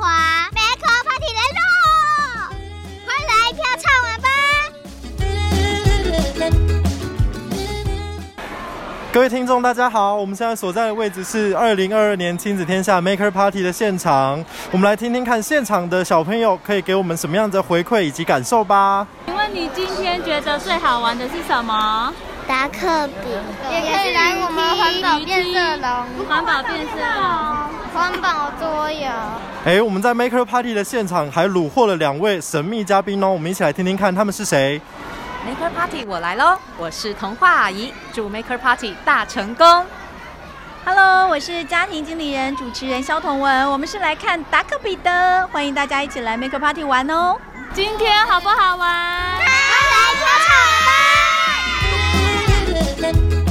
华 Back Party 来喽！快来一票唱完吧！各位听众，大家好，我们现在所在的位置是二零二二年亲子天下 Maker Party 的现场，我们来听听看现场的小朋友可以给我们什么样的回馈以及感受吧。请问你今天觉得最好玩的是什么？达克比也可以来我们环保变色龙、环保变色龙。环保桌游。哎，我们在 Maker Party 的现场还虏获了两位神秘嘉宾哦，我们一起来听听看他们是谁。 Maker Party 我来喽，我是童话阿姨，祝 Maker Party 大成功。 Hello，我是家庭经理人、主持人肖同文，我们是来看达克比的，欢迎大家一起来 Maker Party 玩哦。今天好不好玩？快来一票唱完吧！